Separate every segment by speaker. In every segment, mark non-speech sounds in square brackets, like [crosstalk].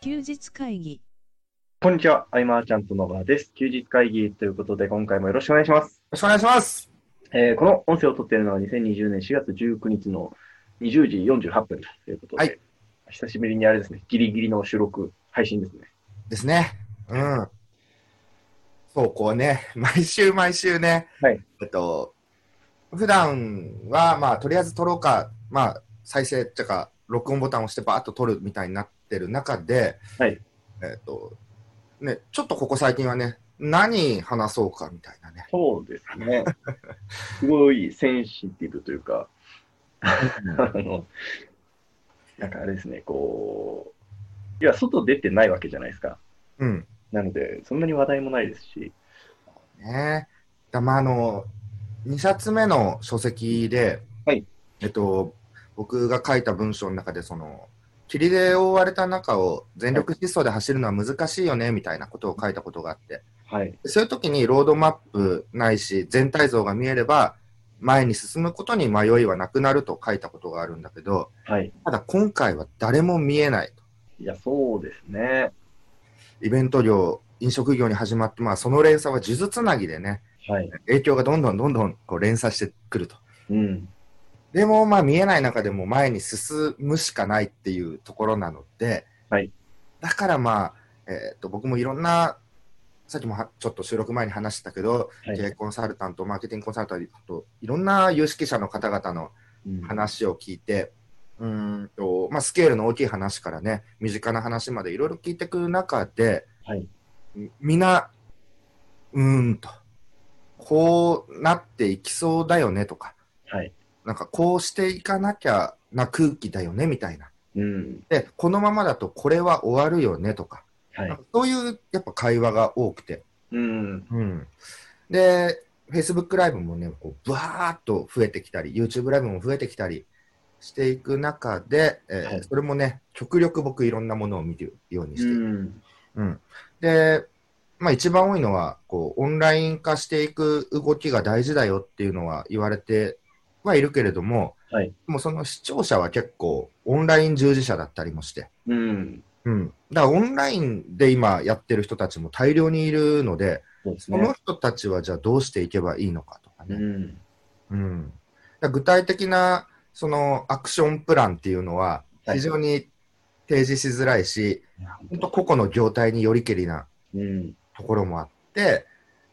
Speaker 1: 休日会議。
Speaker 2: こんにちは、アイマーちゃんと野川です。休日会議ということで、今回もよろしくお願いします。
Speaker 3: ろしくお願いします。
Speaker 2: えーこの音声を撮っているのは2020年4月19日の20時48分ということで、
Speaker 3: はい
Speaker 2: 久しぶりにあれですね、ギリギリの収録、配信ですね。
Speaker 3: ですね。うん。そう、こうね、 [laughs] 毎週毎週ね、
Speaker 2: はい
Speaker 3: えっと、普段は、まあ、とりあえず撮ろうか、まあ、再生っていうか、録音ボタンを押してバーッと撮るみたいになってる中で、
Speaker 2: はい
Speaker 3: えっと、ね、ちょっとここ最近はね、何話そうかみたいなね。
Speaker 2: そうです [laughs] ね。すごいセンシティブというか、あの、なんかあれですね、こう、いや、外出てないわけじゃないですか。
Speaker 3: うん。
Speaker 2: なので、そんなに話題もないですし、
Speaker 3: ねだまあ、あの、2冊目の書籍で、
Speaker 2: はい
Speaker 3: えっと、僕が書いた文章の中で、その、霧で覆われた中を全力疾走で走るのは難しいよね、みたいなことを書いたことがあって、
Speaker 2: はい、
Speaker 3: そういう時にロードマップないし、全体像が見えれば、前に進むことに迷いはなくなると書いたことがあるんだけど、
Speaker 2: はい。
Speaker 3: ただ今回は誰も見えないと。
Speaker 2: いや、そうですね。
Speaker 3: イベント業、飲食業に始まって、まあその連鎖は数珠つなぎでね、
Speaker 2: はい。
Speaker 3: 影響がどんどんどんどんこう連鎖してくると。
Speaker 2: うん。
Speaker 3: でも、まあ見えない中でも前に進むしかないっていうところなので、
Speaker 2: はい
Speaker 3: だからまあ、えーっと僕もいろんな、さっきもはちょっと収録前に話したけど、
Speaker 2: はい
Speaker 3: 経営コンサルタント、マーケティングコンサルタント、いろんな有識者の方々の
Speaker 2: うん
Speaker 3: 話を聞いて、うーんとまあ、スケールの大きい話からね、身近な話までいろいろ聞いてくる中で、
Speaker 2: はい
Speaker 3: みみんな、うーんと、こうなっていきそうだよねとか、
Speaker 2: はい。
Speaker 3: なんかこうしていかなきゃな空気だよねみたいな。
Speaker 2: うん。
Speaker 3: で、このままだとこれは終わるよねとか、
Speaker 2: は
Speaker 3: なん
Speaker 2: い
Speaker 3: か。そういうやっぱ会話が多くて。
Speaker 2: うん。
Speaker 3: うん、で、Facebook ライブもね、こうバーっと増えてきたり、YouTube ライブも増えてきたりしていく中で、えー
Speaker 2: はい
Speaker 3: それもね、極力僕いろんなものを見るようにしている。
Speaker 2: ん。
Speaker 3: うんで、まあ、一番多いのはこう、オンライン化していく動きが大事だよっていうのは言われてはいるけれども、
Speaker 2: はい
Speaker 3: もうその視聴者は結構オンライン従事者だったりもして、
Speaker 2: うん。
Speaker 3: うん、だからオンラインで今やってる人たちも大量にいるので、
Speaker 2: そうです
Speaker 3: そ
Speaker 2: ね
Speaker 3: の。人たちはじゃあどうしていけばいいのかとか
Speaker 2: う
Speaker 3: ね。
Speaker 2: ん。
Speaker 3: うん、だから具体的なそのアクションプランっていうのは
Speaker 2: はい
Speaker 3: 非常に提示しづらいし、本当個々の業態によりけりな
Speaker 2: うん。
Speaker 3: ところもあって、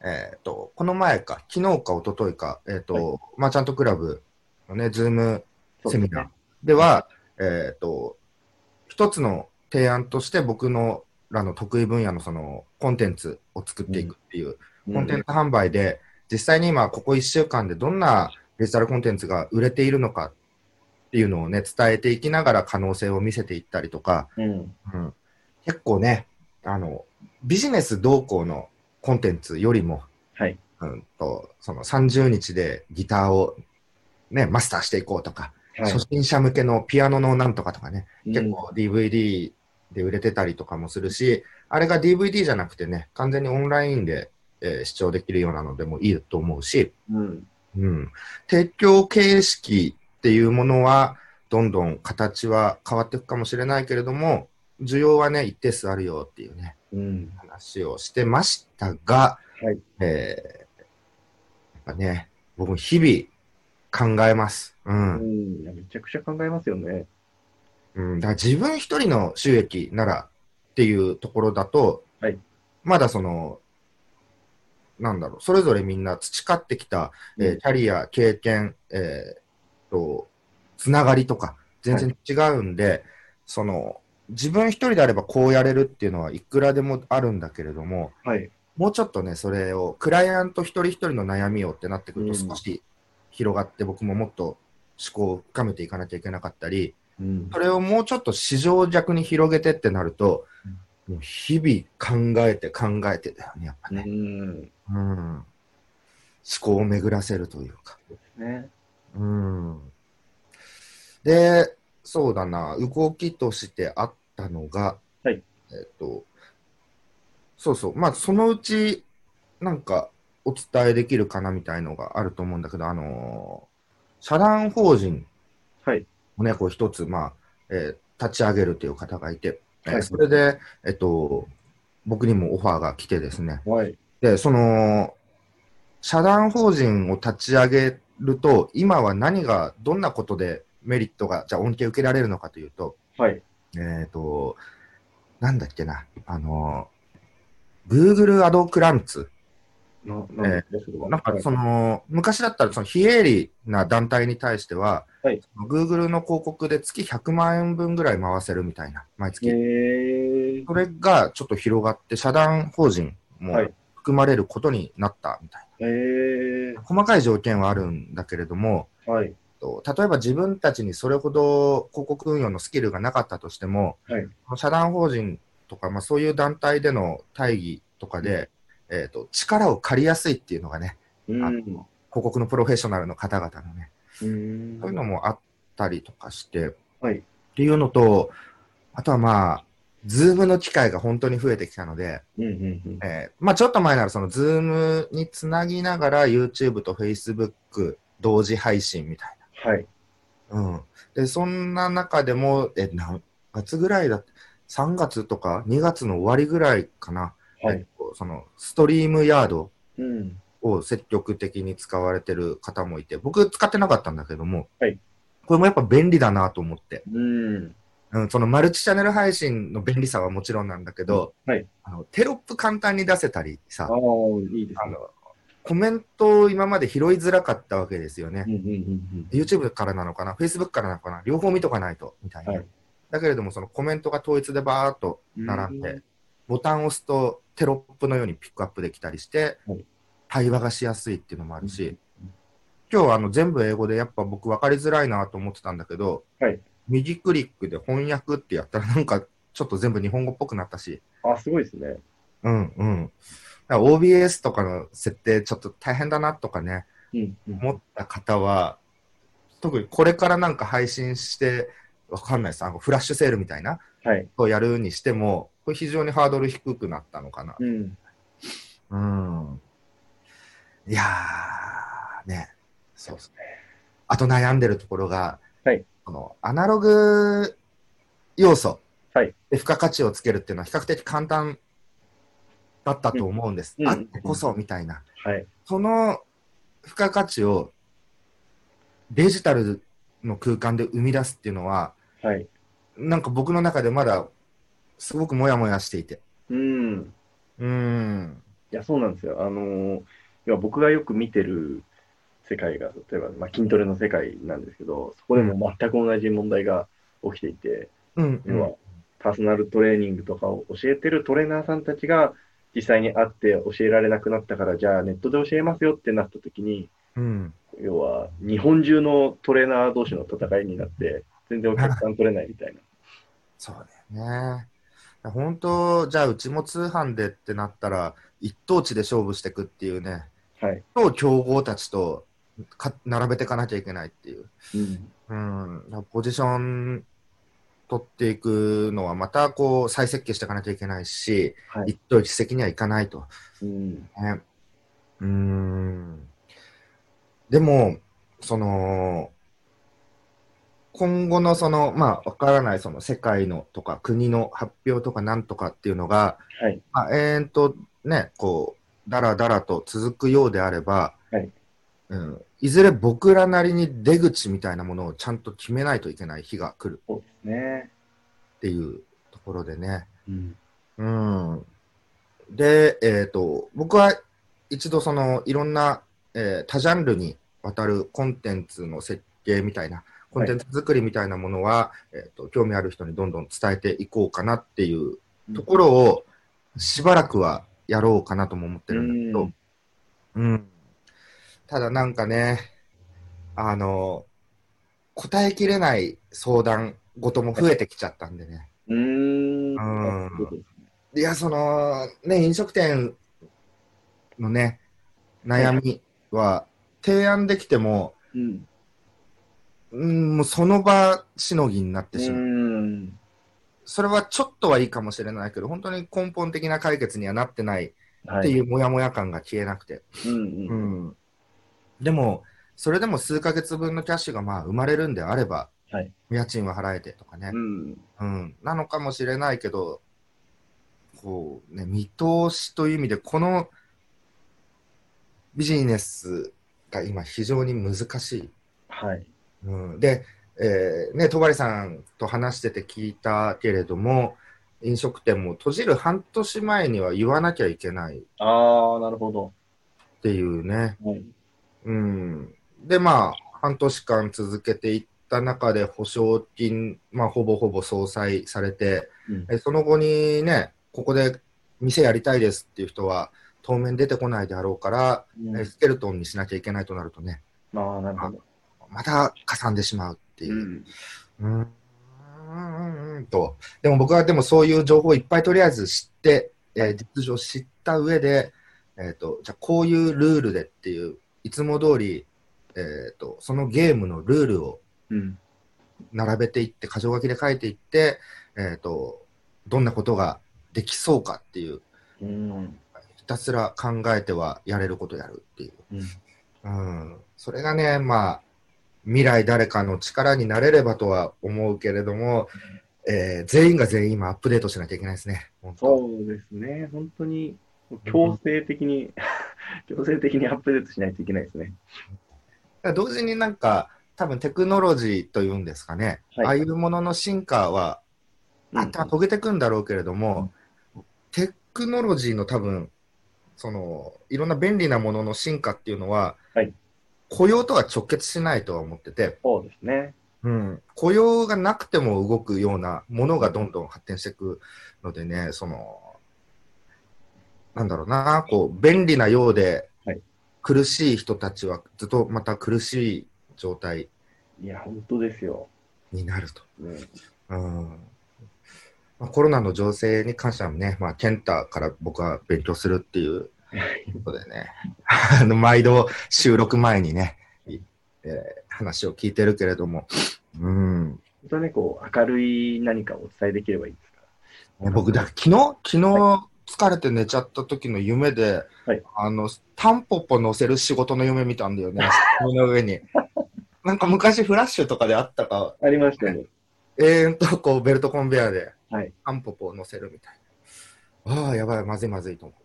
Speaker 3: えー、とこの前か、昨日か一昨日か、えーと
Speaker 2: は
Speaker 3: マーチャントクラブのね、ズーム
Speaker 2: そう
Speaker 3: セ
Speaker 2: で
Speaker 3: ミ
Speaker 2: すね
Speaker 3: ナーでは、えー、と一つの提案として僕のらの得意分野のそのコンテンツを作っていくっていうコンテンツ販売で、実際に今、ここ1週間でどんなデジタルコンテンツが売れているのかっていうのをね、伝えていきながら可能性を見せていったりとか、
Speaker 2: うん。
Speaker 3: うん、結構ね、あの、ビジネス動向のコンテンツよりも、
Speaker 2: はい。
Speaker 3: うんと、その30日でギターをね、マスターしていこうとか、
Speaker 2: はい
Speaker 3: 初心者向けのピアノのなんとかとかね、
Speaker 2: うん
Speaker 3: 結構 DVD で売れてたりとかもするし、あれが DVD じゃなくてね、完全にオンラインで、えー視聴できるようなのでもいいと思うし、
Speaker 2: うん。
Speaker 3: うん、提供形式っていうものは、どんどん形は変わっていくかもしれないけれども、需要はね、一定数あるよっていうね、
Speaker 2: うん。
Speaker 3: 話をしてましたが、
Speaker 2: はい
Speaker 3: えーやっぱね、僕も日々考えます。うん
Speaker 2: うんいやめちゃくちゃ考えますよね。
Speaker 3: うん、だから自分一人の収益ならっていうところだと、
Speaker 2: はい
Speaker 3: まだその、なんだろう、それぞれみんな培ってきた、えー
Speaker 2: うん
Speaker 3: キャリア、経験、えーと、つながりとか、全然違うんで、その、自分一人であればこうやれるっていうのはいくらでもあるんだけれども、
Speaker 2: はい。
Speaker 3: もうちょっとね、それを、クライアント一人一人の悩みをってなってくると
Speaker 2: うん
Speaker 3: 少し広がって、僕ももっと思考を深めていかなきゃいけなかったり、
Speaker 2: うん
Speaker 3: それをもうちょっと市場を逆に広げてってなると、もう日々考えて考えてだよね、やっぱ
Speaker 2: う
Speaker 3: ね。
Speaker 2: ん。
Speaker 3: うん。思考を巡らせるというか。
Speaker 2: ね。
Speaker 3: うん。で、そうだな、動きとしてあったのが、
Speaker 2: はい
Speaker 3: えっと、そうそう、まあ、そのうち、なんか、お伝えできるかなみたいのがあると思うんだけど、あのー社団法人
Speaker 2: はい。
Speaker 3: をね、こう一つ、まあ、えー立ち上げるという方がいて、えー
Speaker 2: はい
Speaker 3: それで、えっと、僕にもオファーが来てですね、
Speaker 2: はい。
Speaker 3: で、その、社団法人を立ち上げると、今は何が、どんなことでメリットが、じゃあ恩恵受けられるのかというと、
Speaker 2: はい。
Speaker 3: えっ、と、なんだっけな、あの、Google アドクランツ。
Speaker 2: な、なんでそれは
Speaker 3: なんか
Speaker 2: はい
Speaker 3: その、昔だったらその非営利な団体に対しては、
Speaker 2: はい
Speaker 3: その Google の広告で月100万円分ぐらい回せるみたいな、毎月。
Speaker 2: へー
Speaker 3: それがちょっと広がって、社団法人も
Speaker 2: はい
Speaker 3: 含まれることになったみたい
Speaker 2: えー
Speaker 3: な。、細かい条件はあるんだけれども、
Speaker 2: はい。
Speaker 3: と例えば自分たちにそれほど広告運用のスキルがなかったとしても、
Speaker 2: はい
Speaker 3: 社団法人とか、まあ、そういう団体での大義とかで、えー、と力を借りやすいっていうのがね、
Speaker 2: うん。
Speaker 3: あ
Speaker 2: う
Speaker 3: の広告のプロフェッショナルの方々のね、
Speaker 2: ん
Speaker 3: そういうのもあったりとかして、
Speaker 2: はい
Speaker 3: っていうのと、あとはまあ、ズームの機会が本当に増えてきたので、
Speaker 2: うんうんうん。
Speaker 3: えーまあ、ちょっと前ならそのズームにつなぎながら YouTube と Facebook 同時配信みたいな。
Speaker 2: はい。
Speaker 3: うん、でそんな中でも、え何月ぐらいだっ3月とか2月の終わりぐらいかな、
Speaker 2: は
Speaker 3: えっ
Speaker 2: い。
Speaker 3: とそのストリームヤード
Speaker 2: うん。
Speaker 3: を積極的に使われてる方もいて、僕使ってなかったんだけども、
Speaker 2: はい
Speaker 3: これもやっぱ便利だなと思って、
Speaker 2: うん。
Speaker 3: うん、そのマルチチャンネル配信の便利さはもちろんなんだけど、
Speaker 2: はい
Speaker 3: あのテロップ簡単に出せたりさ
Speaker 2: ああ、、いいです
Speaker 3: あ
Speaker 2: ね。
Speaker 3: のコメントを今まで拾いづらかったわけですよね。
Speaker 2: うんうんうん
Speaker 3: YouTube からなのかな、Facebook からなのかな、両方見とかないと、みたいな。
Speaker 2: はい
Speaker 3: だけれども、そのコメントが統一でバーっと
Speaker 2: うん。
Speaker 3: 並んで、
Speaker 2: う
Speaker 3: ボタンを押すとテロップのようにピックアップできたりして、
Speaker 2: はい
Speaker 3: 対話がしやすいっていうのもあるし、
Speaker 2: うん
Speaker 3: 今日はあの全部英語でやっぱ僕分かりづらいなと思ってたんだけど、
Speaker 2: はい
Speaker 3: 右クリックで翻訳ってやったらなんかちょっと全部日本語っぽくなったし、
Speaker 2: ん。あ、すごいですね。
Speaker 3: うんうん。だから OBS とかの設定ちょっと大変だなとかね、
Speaker 2: うんうん。
Speaker 3: 思った方は、特にこれからなんか配信して、わかんないです、あのフラッシュセールみたいな、
Speaker 2: はい。
Speaker 3: をやるにしても、これ非常にハードル低くなったのかな。
Speaker 2: うん。
Speaker 3: うん。いやー、ね、そうですね。あと悩んでるところが、
Speaker 2: はい
Speaker 3: このアナログ要素
Speaker 2: はい
Speaker 3: で付加価値をつけるっていうのは比較的簡単だったと思うんです。
Speaker 2: うんうん
Speaker 3: あってこそみたいな。
Speaker 2: はい。
Speaker 3: その付加価値をデジタルの空間で生み出すっていうのは、
Speaker 2: はい。
Speaker 3: なんか僕の中でまだすごくモヤモヤしていて。
Speaker 2: うん。
Speaker 3: うーん。
Speaker 2: いや、そうなんですよ。あのー要は僕がよく見てる世界が、例えば、まあ、筋トレの世界なんですけど、そこでも全く同じ問題が起きていて、
Speaker 3: うん、う
Speaker 2: 要は
Speaker 3: ん。
Speaker 2: パーソナルトレーニングとかを教えてるトレーナーさんたちが実際に会って教えられなくなったから、じゃあネットで教えますよってなった時に、
Speaker 3: うん。
Speaker 2: 要は日本中のトレーナー同士の戦いになって、全然お客さん取れないみたいな。
Speaker 3: そうだよね。本当、じゃあうちも通販でってなったら、一等地で勝負していくっていうね、
Speaker 2: はい。
Speaker 3: 超強豪たちとか並べていかなきゃいけないっていう。
Speaker 2: うん。
Speaker 3: うん、だからポジション取っていくのは、またこう再設計していかなきゃいけないし、
Speaker 2: はい
Speaker 3: 一朝一夕にはいかないと、
Speaker 2: うん。
Speaker 3: ね。うん。でも、その、今後のその、まあ、わからない、その世界のとか、国の発表とかなんとかっていうのが、
Speaker 2: はい。
Speaker 3: まあ、延々とね、こう、だらだらと続くようであれば、
Speaker 2: はい
Speaker 3: うん、いずれ僕らなりに出口みたいなものをちゃんと決めないといけない日が来る
Speaker 2: そうですね。
Speaker 3: っていうところでね。
Speaker 2: うん。
Speaker 3: うん、で、えっと、僕は一度そのいろんな、えー多ジャンルにわたるコンテンツの設計みたいな、コンテンツ作りみたいなものは、えっと興味ある人にどんどん伝えていこうかなっていうところをしばらくはやろうかなとも思ってるんだけど、うん、ただなんかね、あの、答えきれない相談事も増えてきちゃったんでね。
Speaker 2: うーん。
Speaker 3: うん
Speaker 2: そうです
Speaker 3: いや、その、ね、飲食店のね、悩みは、提案できても、
Speaker 2: うん。
Speaker 3: うん、もうその場しのぎになってしまう。
Speaker 2: うん。
Speaker 3: それはちょっとはいいかもしれないけど、本当に根本的な解決にはなってない
Speaker 2: は
Speaker 3: っていうモヤモヤ感が消えなくて。
Speaker 2: うん
Speaker 3: う
Speaker 2: うん。
Speaker 3: ん。でも、それでも数ヶ月分のキャッシュがまあ生まれるんであれば、
Speaker 2: はい
Speaker 3: 家賃は払えてとかね
Speaker 2: う、ん。
Speaker 3: うん、なのかもしれないけど、こうね、見通しという意味で、このビジネスが今、非常に難しい。
Speaker 2: はい。
Speaker 3: うん、で、えーね、戸張さんと話してて聞いたけれども、飲食店も閉じる半年前には言わなきゃいけないっ
Speaker 2: ああ、なるほど。
Speaker 3: ていうね、
Speaker 2: はい。
Speaker 3: うん、で、まあ、半年間続けていった中で、保証金、まあ、ほぼほぼ相殺されて、
Speaker 2: うん
Speaker 3: えその後にね、ここで店やりたいですっていう人は、当面出てこないであろうから、えスケルトンにしなきゃいけないとなるとね、
Speaker 2: ああ、なるほど。
Speaker 3: またかさんでしまうっていうう。
Speaker 2: ん。
Speaker 3: うーんうーんとでも僕はでもそういう情報をいっぱいとりあえず知って、えー実情を知った上で、えー、とじゃあこういうルールでっていういつも通り、えー、とそのゲームのルールを
Speaker 2: うん。
Speaker 3: 並べていって箇条書きで書いていって、えー、とどんなことができそうかっていう
Speaker 2: うん。
Speaker 3: ひたすら考えてはやれることやるっていう、
Speaker 2: うん
Speaker 3: うん、それがねまあ未来誰かの力になれればとは思うけれども、えー全員が全員今アップデートしなきゃいけないですね。本当
Speaker 2: そうですね。本当に強制的に、 [laughs] 強制的にアップデートしないといけないですね。
Speaker 3: だから同時になんか多分テクノロジーというんですかね、
Speaker 2: はい
Speaker 3: ああいうものの進化はあった遂げてくんだろうけれども、テクノロジーの多分そのいろんな便利なものの進化っていうのは、
Speaker 2: はい
Speaker 3: 雇用とは直結しないとは思ってて、
Speaker 2: そうですね。
Speaker 3: うん、雇用がなくても動くようなものがどんどん発展していくのでね、その、なんだろうな、こう、便利なようで
Speaker 2: はい、
Speaker 3: 苦しい人たちはずっとまた苦しい状態
Speaker 2: いや、本当ですよ。
Speaker 3: になると。
Speaker 2: うん
Speaker 3: うんまあ、コロナの情勢に関してはね、まあ、ケンタから僕は勉強するっ
Speaker 2: [laughs]
Speaker 3: ていうことでね、あの毎度収録前にね、いえー話を聞いてるけれども、うん、
Speaker 2: 本当はね、こう、明るい何かをお伝えできればいいですか
Speaker 3: いや
Speaker 2: ら。
Speaker 3: 僕だ、昨日、昨日疲れて寝ちゃった時の夢で、
Speaker 2: はい
Speaker 3: あの、タンポポ乗せる仕事の夢見たんだよ
Speaker 2: [laughs]
Speaker 3: ね、机の上に。なんか昔フラッシュとかであったか、
Speaker 2: ありましたね。
Speaker 3: 永遠とこうベルトコンベヤーで、
Speaker 2: はい
Speaker 3: タンポポを乗せるみたいな。ああ、やばい、まずいまずい
Speaker 2: [laughs]
Speaker 3: と思う。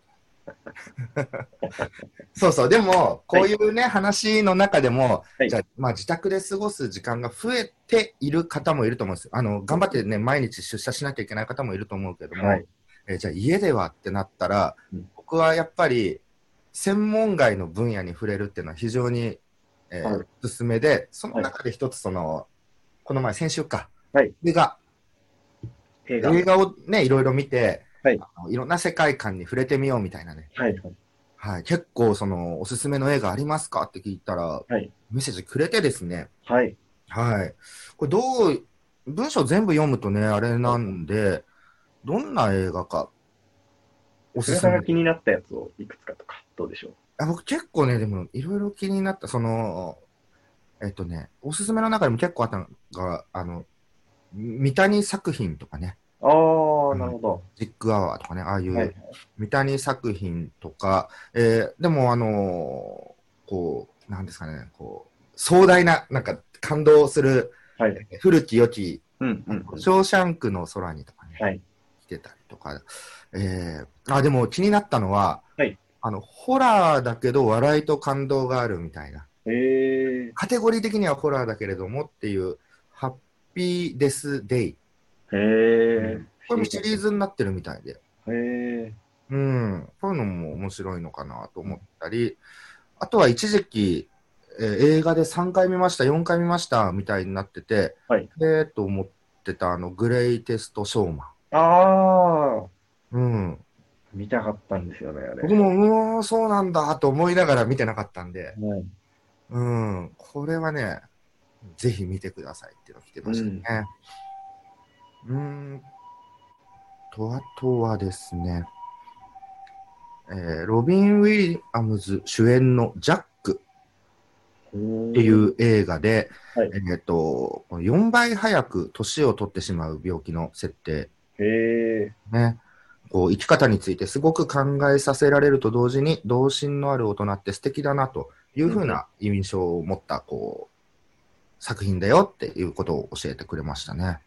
Speaker 3: そうそう、でも、こういうね、話の中でも、
Speaker 2: はい
Speaker 3: じゃあ、まあ、自宅で過ごす時間が増えている方もいると思うんですよ。あの、頑張ってね、毎日出社しなきゃいけない方もいると思うけども、
Speaker 2: はい。
Speaker 3: えーじゃあ家ではってなったら、
Speaker 2: うん
Speaker 3: 僕はやっぱり専門外の分野に触れるっていうのは非常に、えー
Speaker 2: はい
Speaker 3: おすすめで、その中で一つその、この前先週か、
Speaker 2: はい
Speaker 3: 映画、
Speaker 2: 映画。はい
Speaker 3: 映画をね、いろいろ見て、
Speaker 2: はい
Speaker 3: あのいろんな世界観に触れてみようみたいなね、
Speaker 2: はい。
Speaker 3: はい、結構そのおすすめの映画ありますかって聞いたら、
Speaker 2: はい
Speaker 3: メッセージくれてですね、
Speaker 2: はい。
Speaker 3: はい。これどう、文章全部読むとね、あれなんで、どんな映画か、お
Speaker 2: そ
Speaker 3: す
Speaker 2: れ
Speaker 3: す
Speaker 2: さん
Speaker 3: め
Speaker 2: が。気になったやつをいくつかとか、どうでしょう。
Speaker 3: あ僕結構ね、でも、いろいろ気になった、その、えっとね、おすすめの中でも結構あったのが、あの、三谷作品とかね、
Speaker 2: ああ、なるほど。
Speaker 3: ジックアワーとかね、ああい
Speaker 2: はいはいう
Speaker 3: 三谷作品とか、えーでも、あのーこう、なんですかね、こう、壮大な、なんか感動する、
Speaker 2: はい。
Speaker 3: 古き良き
Speaker 2: うんうん。
Speaker 3: ショーシャンクの空にとかね、
Speaker 2: はい。
Speaker 3: 来てたりとか、えーあでも気になったのは、
Speaker 2: はい
Speaker 3: あのホラーだけど笑いと感動があるみたいな、
Speaker 2: ええ
Speaker 3: カテゴリー的にはホラーだけれどもっていう、ハッピーデス・デイ、
Speaker 2: ー。え
Speaker 3: これもシリーズになってるみたいで、
Speaker 2: え。ええ。
Speaker 3: うん、こういうのも面白いのかなと思ったり、あとは一時期、えー映画で3回見ました、4回見ましたみたいになってて、
Speaker 2: はい
Speaker 3: えーっと思ってたあのグレイテスト・ショーマン。
Speaker 2: ああ、
Speaker 3: うん、
Speaker 2: 見たかったんですよね、あれ。
Speaker 3: 僕も、うわーそうなんだと思いながら見てなかったんで、
Speaker 2: はい。
Speaker 3: うん、これはね、ぜひ見てくださいっていうの来てましたね。うーん、と、あとはですね、えーロビン・ウィリアムズ主演のジャック
Speaker 2: っ
Speaker 3: ってい。う映画で、
Speaker 2: はい
Speaker 3: えっと、4倍早く年を取ってしまう病気の設定
Speaker 2: へえ。
Speaker 3: ね、こう生き方についてすごく考えさせられると同時に、童心のある大人って素敵だなというふうな印象を持ったこ作品だよっていうことを教えてくれましたね。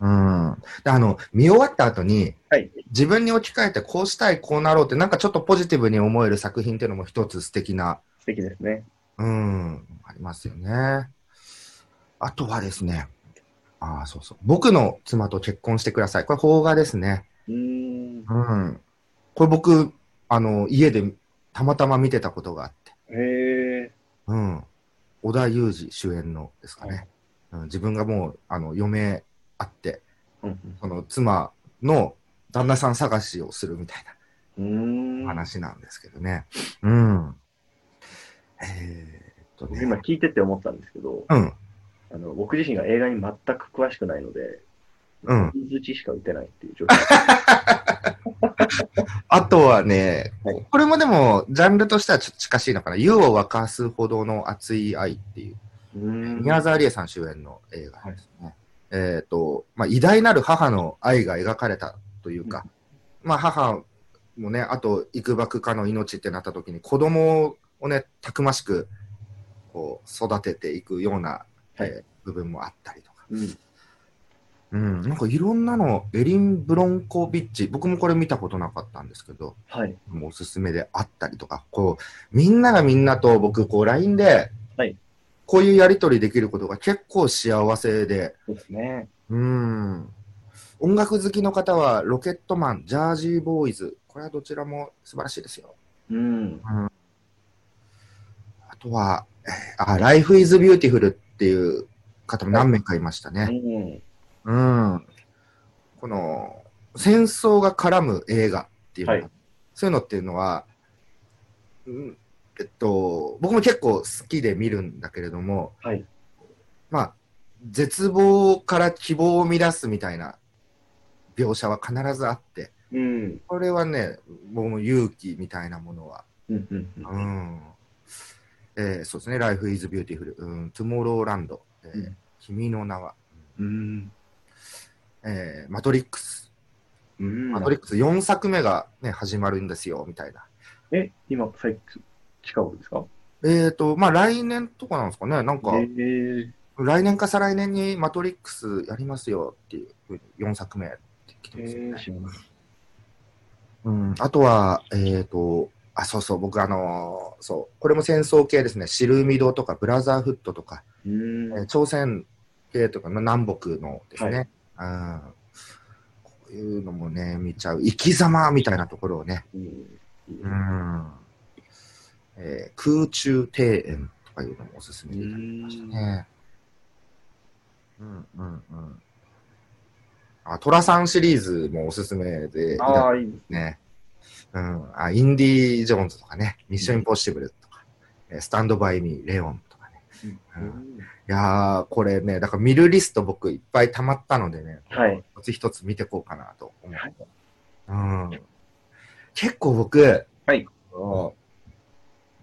Speaker 3: うん。で、あの、見終わった後に、
Speaker 2: はい
Speaker 3: 自分に置き換えてこうしたい、こうなろうって、なんかちょっとポジティブに思える作品っていうのも一つ素敵な、
Speaker 2: 素敵ですね。
Speaker 3: うん、ありますよね。あとはですね、ああ、そうそう。僕の妻と結婚してください。これ、邦画ですね。
Speaker 2: うーん。
Speaker 3: うん。これ僕、あの、家でたまたま見てたことがあって、
Speaker 2: へえ。
Speaker 3: うん。織田裕二主演のですかね。うん、自分がもう、あの、余命あって、
Speaker 2: うん
Speaker 3: その妻の旦那さん探しをするみたい
Speaker 2: うん。うーん
Speaker 3: な。話なんですけどね。うん。えーっと
Speaker 2: 僕今
Speaker 3: ね。
Speaker 2: 聞いてて思ったんですけど、
Speaker 3: うん。
Speaker 2: あの僕自身が映画に全く詳しくないので、
Speaker 3: うん。
Speaker 2: 水打ちしか打てないっていう状況。
Speaker 3: あとはね、
Speaker 2: はい
Speaker 3: これもでも、ジャンルとしてはちょっと近しいのかな。湯を沸かすほどの熱い愛っていう、
Speaker 2: うーん
Speaker 3: 宮沢りえさん主演の映画ですね。えーっと、まあ、偉大なる母の愛が描かれたというか、まあ、母もね、あと、幾ばくかの命ってなった時に、子供をね、たくましく、こう、育てていくような、
Speaker 2: はい
Speaker 3: えー部分もあったりとか。
Speaker 2: うん
Speaker 3: うん、なんかいろんなの、エリン・ブロンコビッチ、僕もこれ見たことなかったんですけど、
Speaker 2: はい。
Speaker 3: もうおすすめであったりとか、こう、みんながみんなと僕、こう、LINE で、
Speaker 2: はい
Speaker 3: こういうやりとりできることが結構幸せで、
Speaker 2: そうですね。
Speaker 3: うん。音楽好きの方は、ロケットマン、ジャージーボーイズ、これはどちらも素晴らしいですよ。
Speaker 2: うん。
Speaker 3: あとは、えーあ、Life is Beautiful っていう方も何名かいました
Speaker 2: う
Speaker 3: ね。
Speaker 2: ん。
Speaker 3: うん。この、戦争が絡む映画っていうのが、
Speaker 2: はい
Speaker 3: そういうのっていうのは、うんえっと、僕も結構好きで見るんだけれども、
Speaker 2: はい
Speaker 3: まあ、絶望から希望を生み出すみたいな描写は必ずあって、
Speaker 2: うん。
Speaker 3: これはね、僕も勇気みたいなものは
Speaker 2: うんうんうん
Speaker 3: うんえーそうですね、Life is Beautiful、うん、Tomorrowland、えー
Speaker 2: うん
Speaker 3: 君の名は、
Speaker 2: うん。
Speaker 3: えーマトリックス、
Speaker 2: うん
Speaker 3: マトリックス4作目が、ね、始まるんですよ、みたいな。
Speaker 2: え、今、最近、頃ですか
Speaker 3: えっ、と、まあ来年とかなんですかね、なんか、
Speaker 2: えー、
Speaker 3: 来年か再来年にマトリックスやりますよっていうふうに4作目って来てますよね
Speaker 2: えー、知らない。
Speaker 3: うん、あとは、えっ、と、あ、そうそう、僕あのーそう、これも戦争系ですね、シルミドとかブラザーフットとか、
Speaker 2: うん
Speaker 3: えー朝鮮系とかまあ南北のですね、うんこういうのもね見ちゃう生き様みたいなところをね、
Speaker 2: うん
Speaker 3: うんえー空中庭園とかいうのもおすす
Speaker 2: う
Speaker 3: めで
Speaker 2: ん
Speaker 3: したね。うんうんうんあトラさんシリーズもおすすめでい
Speaker 2: あ
Speaker 3: た
Speaker 2: あ、いいです
Speaker 3: ね、うんあ。インディ・ジョーンズとかね、ミッション・インポッシブルとか、えースタンド・バイ・ミー、レオンとかね。
Speaker 2: ね。
Speaker 3: うんいやー、これね、だから見るリスト僕いっぱい溜まったのでね、
Speaker 2: はい。
Speaker 3: 一つ一つ見てこうかなと思
Speaker 2: は
Speaker 3: って。うん、結構僕、
Speaker 2: はい
Speaker 3: あの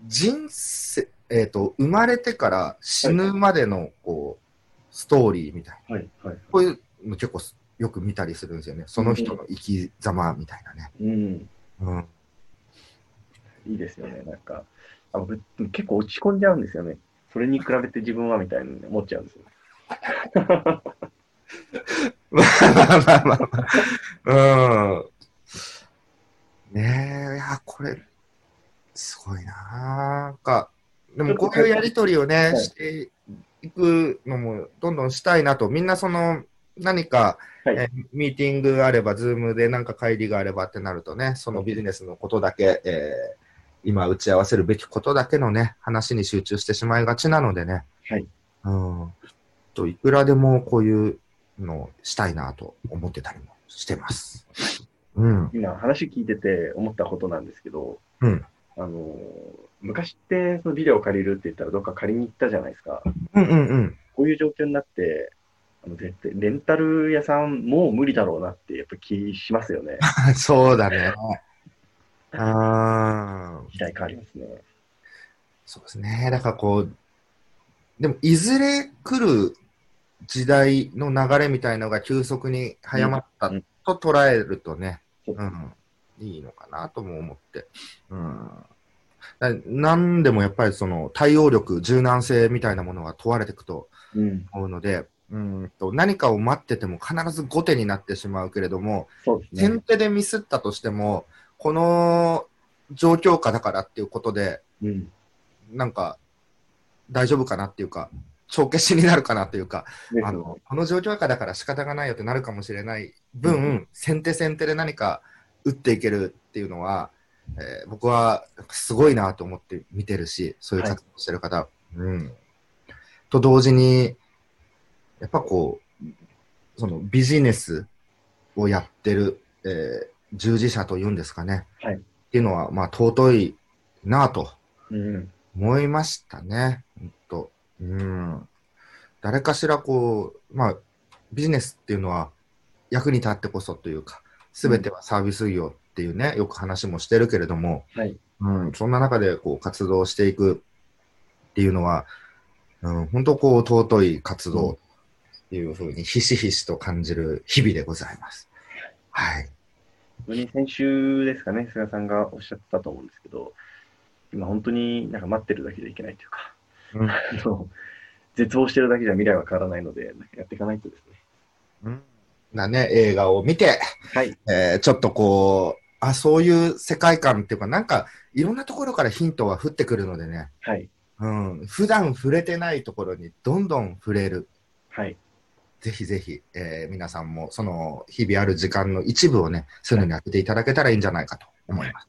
Speaker 3: 人生、えっ、と、生まれてから死ぬまでの、こう、ストーリーみたいな、
Speaker 2: はい。はい。
Speaker 3: こういうの結構よく見たりするんですよね。その人の生き様みたいなね。
Speaker 2: うん。
Speaker 3: うん。
Speaker 2: いいですよね。なんか、あ僕結構落ち込んじゃうんですよね。それに比べて自分はみたいに思っちゃうんですよ。
Speaker 3: まあまあまあまあまあ。うん。ねえ、いや、これ、すごいな。なんか、でもこういうやりとりをね、
Speaker 2: はい
Speaker 3: していくのも、どんどんしたいなと、みんなその、何か、
Speaker 2: はい
Speaker 3: えーミーティングあれば、ズームでなんか会議があればってなるとね、そのビジネスのことだけ、えー今打ち合わせるべきことだけのね、話に集中してしまいがちなのでね、
Speaker 2: はい
Speaker 3: うん、といくらでもこういうのをしたいなと思ってたりもしてます。うん、
Speaker 2: 今、話聞いてて思ったことなんですけど、
Speaker 3: うん
Speaker 2: あの昔ってそのビデオ借りるって言ったらどっか借りに行ったじゃないですか。
Speaker 3: うん、うん、うん。
Speaker 2: こういう状況になって、あの絶対レンタル屋さん、もう無理だろうなって、やっぱ気しますよね。
Speaker 3: [laughs] そうだね。あー
Speaker 2: 時代変わりますね。
Speaker 3: そうですね。だからこう、でもいずれ来る時代の流れみたいのが急速に早まった
Speaker 2: うん
Speaker 3: と捉えるとね、
Speaker 2: そう
Speaker 3: うん、いいのかなとも思って。うん。ななんでもやっぱりその対応力、柔軟性みたいなものが問われていくと
Speaker 2: うん、
Speaker 3: 思うので、うんと何かを待ってても必ず後手になってしまうけれども、
Speaker 2: そうですね
Speaker 3: 先。手でミスったとしても、この状況下だからっていうことで、
Speaker 2: うん、
Speaker 3: なんか大丈夫かなっていうか、帳消しになるかなっていうか、
Speaker 2: です
Speaker 3: あのこの状況下だから仕方がないよってなるかもしれない分、先手先手で何か打っていけるっていうのは、えー僕はすごいなと思って見てるし、そういう活動をしてる方、うん。と同時に、やっぱこう、そのビジネスをやってる、えー従事者というんですかね、
Speaker 2: はい
Speaker 3: っていうのは、まあ、尊いなぁと。
Speaker 2: うん、
Speaker 3: 思いましたね。ほんと。うん。誰かしらこう、まあ、ビジネスっていうのは役に立ってこそというか、すべてはサービス業っていうね、よく話もしてるけれども、
Speaker 2: はい
Speaker 3: うん、そんな中でこう活動していくっていうのは、うん、本当こう尊い活動っていうふうにひしひしと感じる日々でございます。はい。
Speaker 2: 本当に先週ですかね、菅さんがおっしゃってたと思うんですけど、今本当になんか待ってるだけじゃいけないというか、
Speaker 3: うん
Speaker 2: あの絶望してるだけじゃ未来は変わらないので、なんかやっていかないとですね。
Speaker 3: なね、映画を見て、
Speaker 2: はい
Speaker 3: えーちょっとこう、あ、そういう世界観っていうか、なんか、いろんなところからヒントは降ってくるのでね、
Speaker 2: はい。
Speaker 3: うん、普段触れてないところにどんどん触れる。
Speaker 2: はい。
Speaker 3: ぜひぜひ、えー皆さんも、その、日々ある時間の一部をね、そういうのに当てていただけたらいいんじゃないかと思います。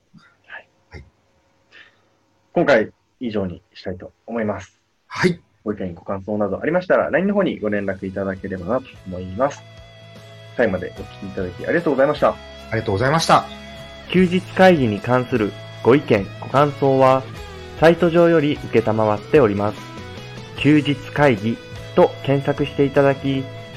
Speaker 2: 今回以上にしたいと思います。
Speaker 3: はい。
Speaker 2: ご意見、ご感想などありましたら、LINE の方にご連絡いただければなと思います。最後までお聞きいただきありがとうございました。
Speaker 3: ありがとうございました。
Speaker 1: 休日会議に関するご意見、ご感想は、サイト上より受けたまわっております。休日会議と検索していただき、